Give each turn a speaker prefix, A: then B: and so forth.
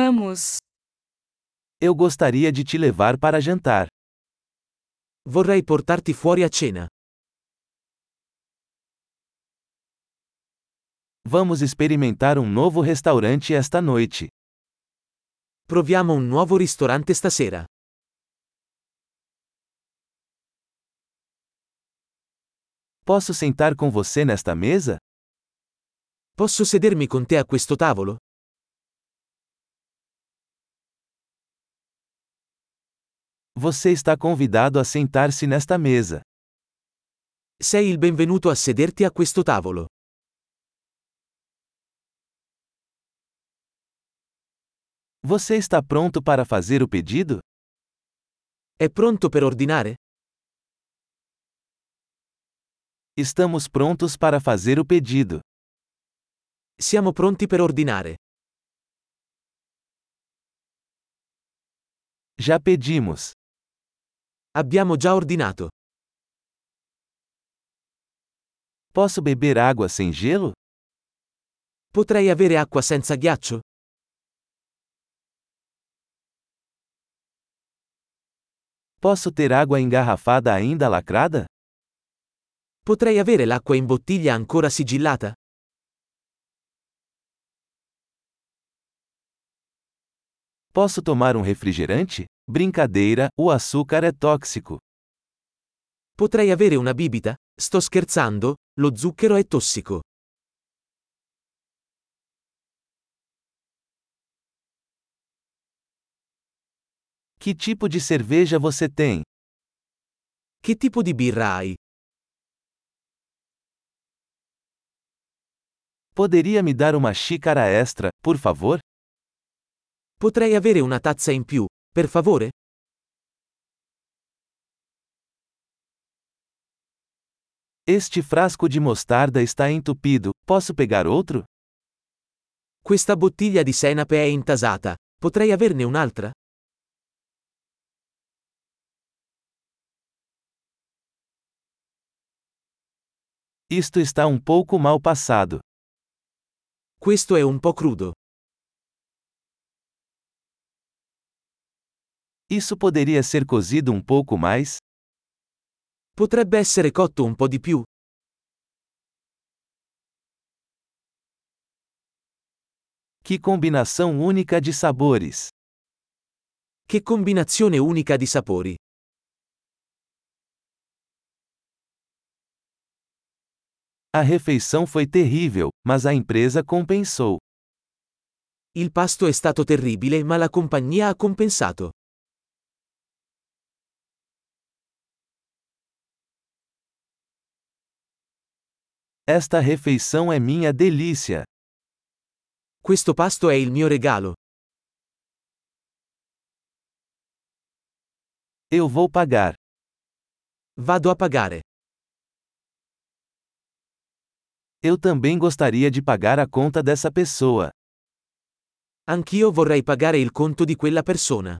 A: Vamos.
B: Eu gostaria de te levar para jantar.
C: Vorrei portarti fuori a cena.
B: Vamos experimentar um novo restaurante esta noite.
C: Proviamo un nuovo ristorante stasera.
B: Posso sentar com você nesta mesa?
C: Posso sedermi con te a questo tavolo?
B: Você está convidado a sentar-se nesta mesa.
C: Sei il benvenuto a sederti a questo tavolo.
B: Você está pronto para fazer o pedido?
C: È É pronto per ordinare?
B: Estamos prontos para fazer o pedido.
C: Siamo pronti per ordinare.
B: Já pedimos.
C: Abbiamo già ordinato.
B: Posso beber água sem gelo?
C: Potrei avere acqua senza ghiaccio?
B: Posso ter água engarrafada ainda lacrada?
C: Potrei avere l'acqua in bottiglia ancora sigillata?
B: Posso tomar um refrigerante? Brincadeira, o açúcar é tóxico.
C: Potrei avere una bibita? Sto scherzando, lo zucchero è tossico.
B: Que tipo de cerveja você tem?
C: Che tipo di birra hai?
B: Poderia me dar uma xícara extra, por favor?
C: Potrei avere una tazza in più, per favore?
B: Este frasco de mostarda está entupido. Posso pegar outro?
C: Questa bottiglia di senape è intasata. Potrei averne un'altra?
B: Isto está um pouco mal passado.
C: Questo è un po' crudo.
B: Isso poderia ser cozido um pouco mais?
C: Potrebbe essere cotto un po' di più.
B: Que combinação única de sabores!
C: Che combinazione unica di sapori.
B: A refeição foi terrível, mas a empresa compensou.
C: Il pasto è stato terribile, ma la compagnia ha compensato.
B: Esta refeição é minha delícia.
C: Questo pasto è il mio regalo.
B: Eu vou pagar.
C: Vado a pagare.
B: Eu também gostaria de pagar a conta dessa pessoa.
C: Anch'io vorrei pagare il conto di quella persona.